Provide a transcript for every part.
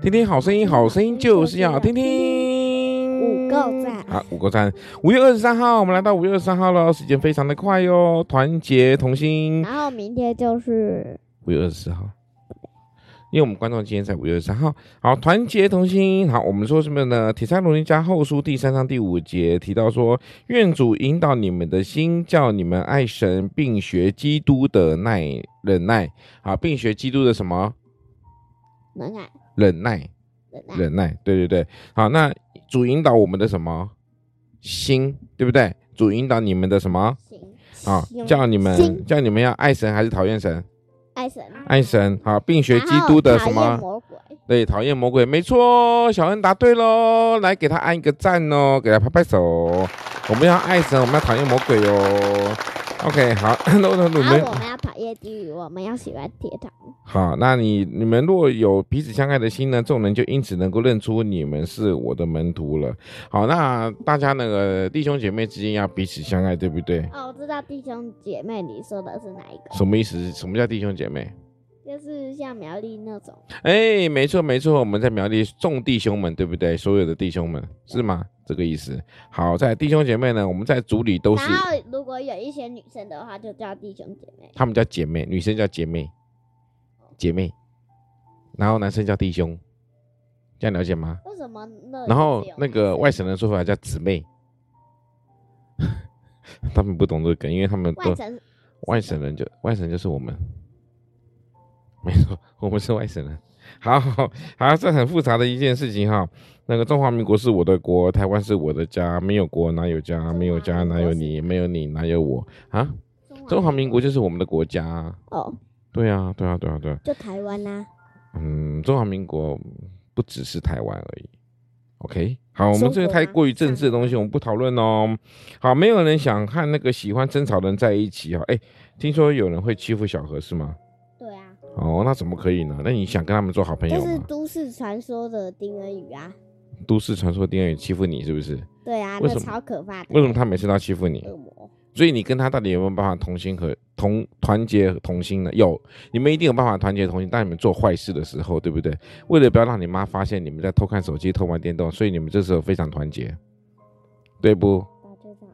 听听好声音，好声音就是要听听。五够赞啊，五够赞！五月二十三号，我们来到五月二十三号了，时间非常的快哟，团结同心。然后明天就是五月二十四号，因为我们观众今天才五月二十三号。好，团结同心。好，我们说什么呢？《铁三罗尼迦后书》第三章第五节提到说，愿主引导你们的心，叫你们爱神，并学基督的耐忍耐。好，并学基督的什么能耐，忍耐？能耐，忍耐，对对对。好，那主引导我们的什么心，对不对？主引导你们的什么行啊行？叫你心们叫你们要爱神还是讨厌神？爱神，爱神好，并学然基后督的讨什厌么？魔鬼，对，讨厌魔鬼，没错，小恩答对喽，来给他按一个赞哦，给他拍拍手。我们要爱神，我们要讨厌魔鬼哦。OK，好，那那我然后们我们要讨厌地狱，我们要喜欢天堂。好，那你你们若有彼此相爱的心呢，众人就因此能够认出你们是我的门徒了。好，那大家那个弟兄姐妹之间要彼此相爱，对不对？哦，我知道弟兄姐妹，你说的是哪一个？什么意思？什么叫弟兄姐妹？就是像苗栗那种，哎，没错没错，我们在苗栗众弟兄们，对不对？所有的弟兄们是吗？这个意思。好，在弟兄姐妹呢，我们在组里都是然，后如果有一些女生的话，就叫弟兄姐妹。他们叫姐妹，女生叫姐妹，姐妹，然后男生叫弟兄，这样了解吗？为什么那里然后只有那男个生外省人说法叫姊妹， 他们不懂这个梗，因为他们外都省外省人就外省就是我们，没错，我们是外省人。好好好，这很复杂的一件事情哈。那个中华民国是我的国，台湾是我的家，没有国哪有家，没有家哪有你，没有你哪有我啊？中华民国就是我们的国家啊。哦，对啊，对啊，对啊，对啊。就台湾啦、嗯，中华民国不只是台湾而已。OK，好，我中们这个国太啊过于政上治的东西，我们不讨论哦。好，没有人想和那个喜欢争吵的人在一起哦。哎，听说有人会欺负小何是吗？对啊，哦，那怎么可以呢？那你想跟他们做好朋这友是吗？都市传说的丁恩宇啊。都市传说丁恩宇欺负你是不是？对啊，为那什么超可怕的。为什么他每次都要欺负你？恶魔？所以你跟他到底有没有办法同心和同团结同心呢？有，你们一定有办法团结同心。当你们做坏事的时候，对不对？为了不要让你妈发现你们在偷看手机、偷玩电动，所以你们这时候非常团结，对不？大队长，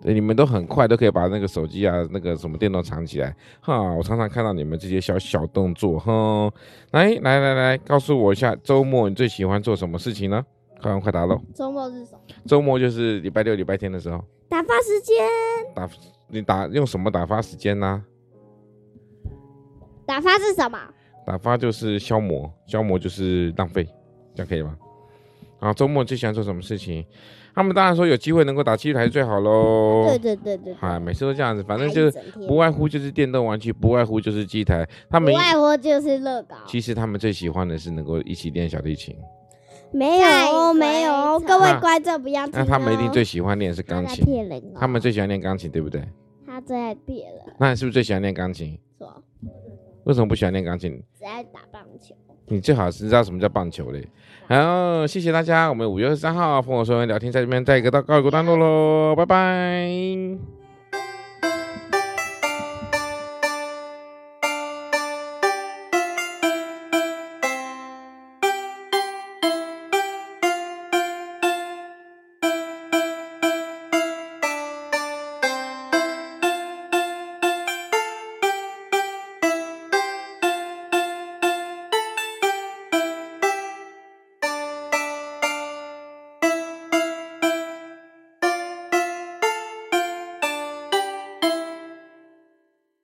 对你们都很快都可以把那个手机啊、那个什么电动藏起来。哈，我常常看到你们这些小小动作。哼，来来来来，告诉我一下，周末你最喜欢做什么事情呢？快问快答喽！周末是什么？周末就是礼拜六、礼拜天的时候，打发时间，你打用什么打发时间呢、打发是什么？打发就是消磨，消磨就是浪费，这样可以吗？好，周末最喜欢做什么事情？他们当然说有机会能够打七台是最好喽。对对对对对，啊，每次都这样子，哦反打正一就是整天不外乎就是电动玩具，不外乎就是机台。他不们外乎就是乐高。其实他们最喜欢的是能够一起练小提琴，没有哦，太没有哦，鬼扯各位那观众不要听、那哦。他们一定最喜欢练的是他钢在琴。骗人哦，他们最喜欢练钢琴，对不对？他最爱骗人，那你是不是最喜欢练钢琴？说为什么不喜欢练钢琴？只爱打棒球。你最好是知道什么叫棒球嘞。好，谢谢大家，我们五月二十三号《烽火说文聊天》在这边再一个到告一个段落喽，拜拜。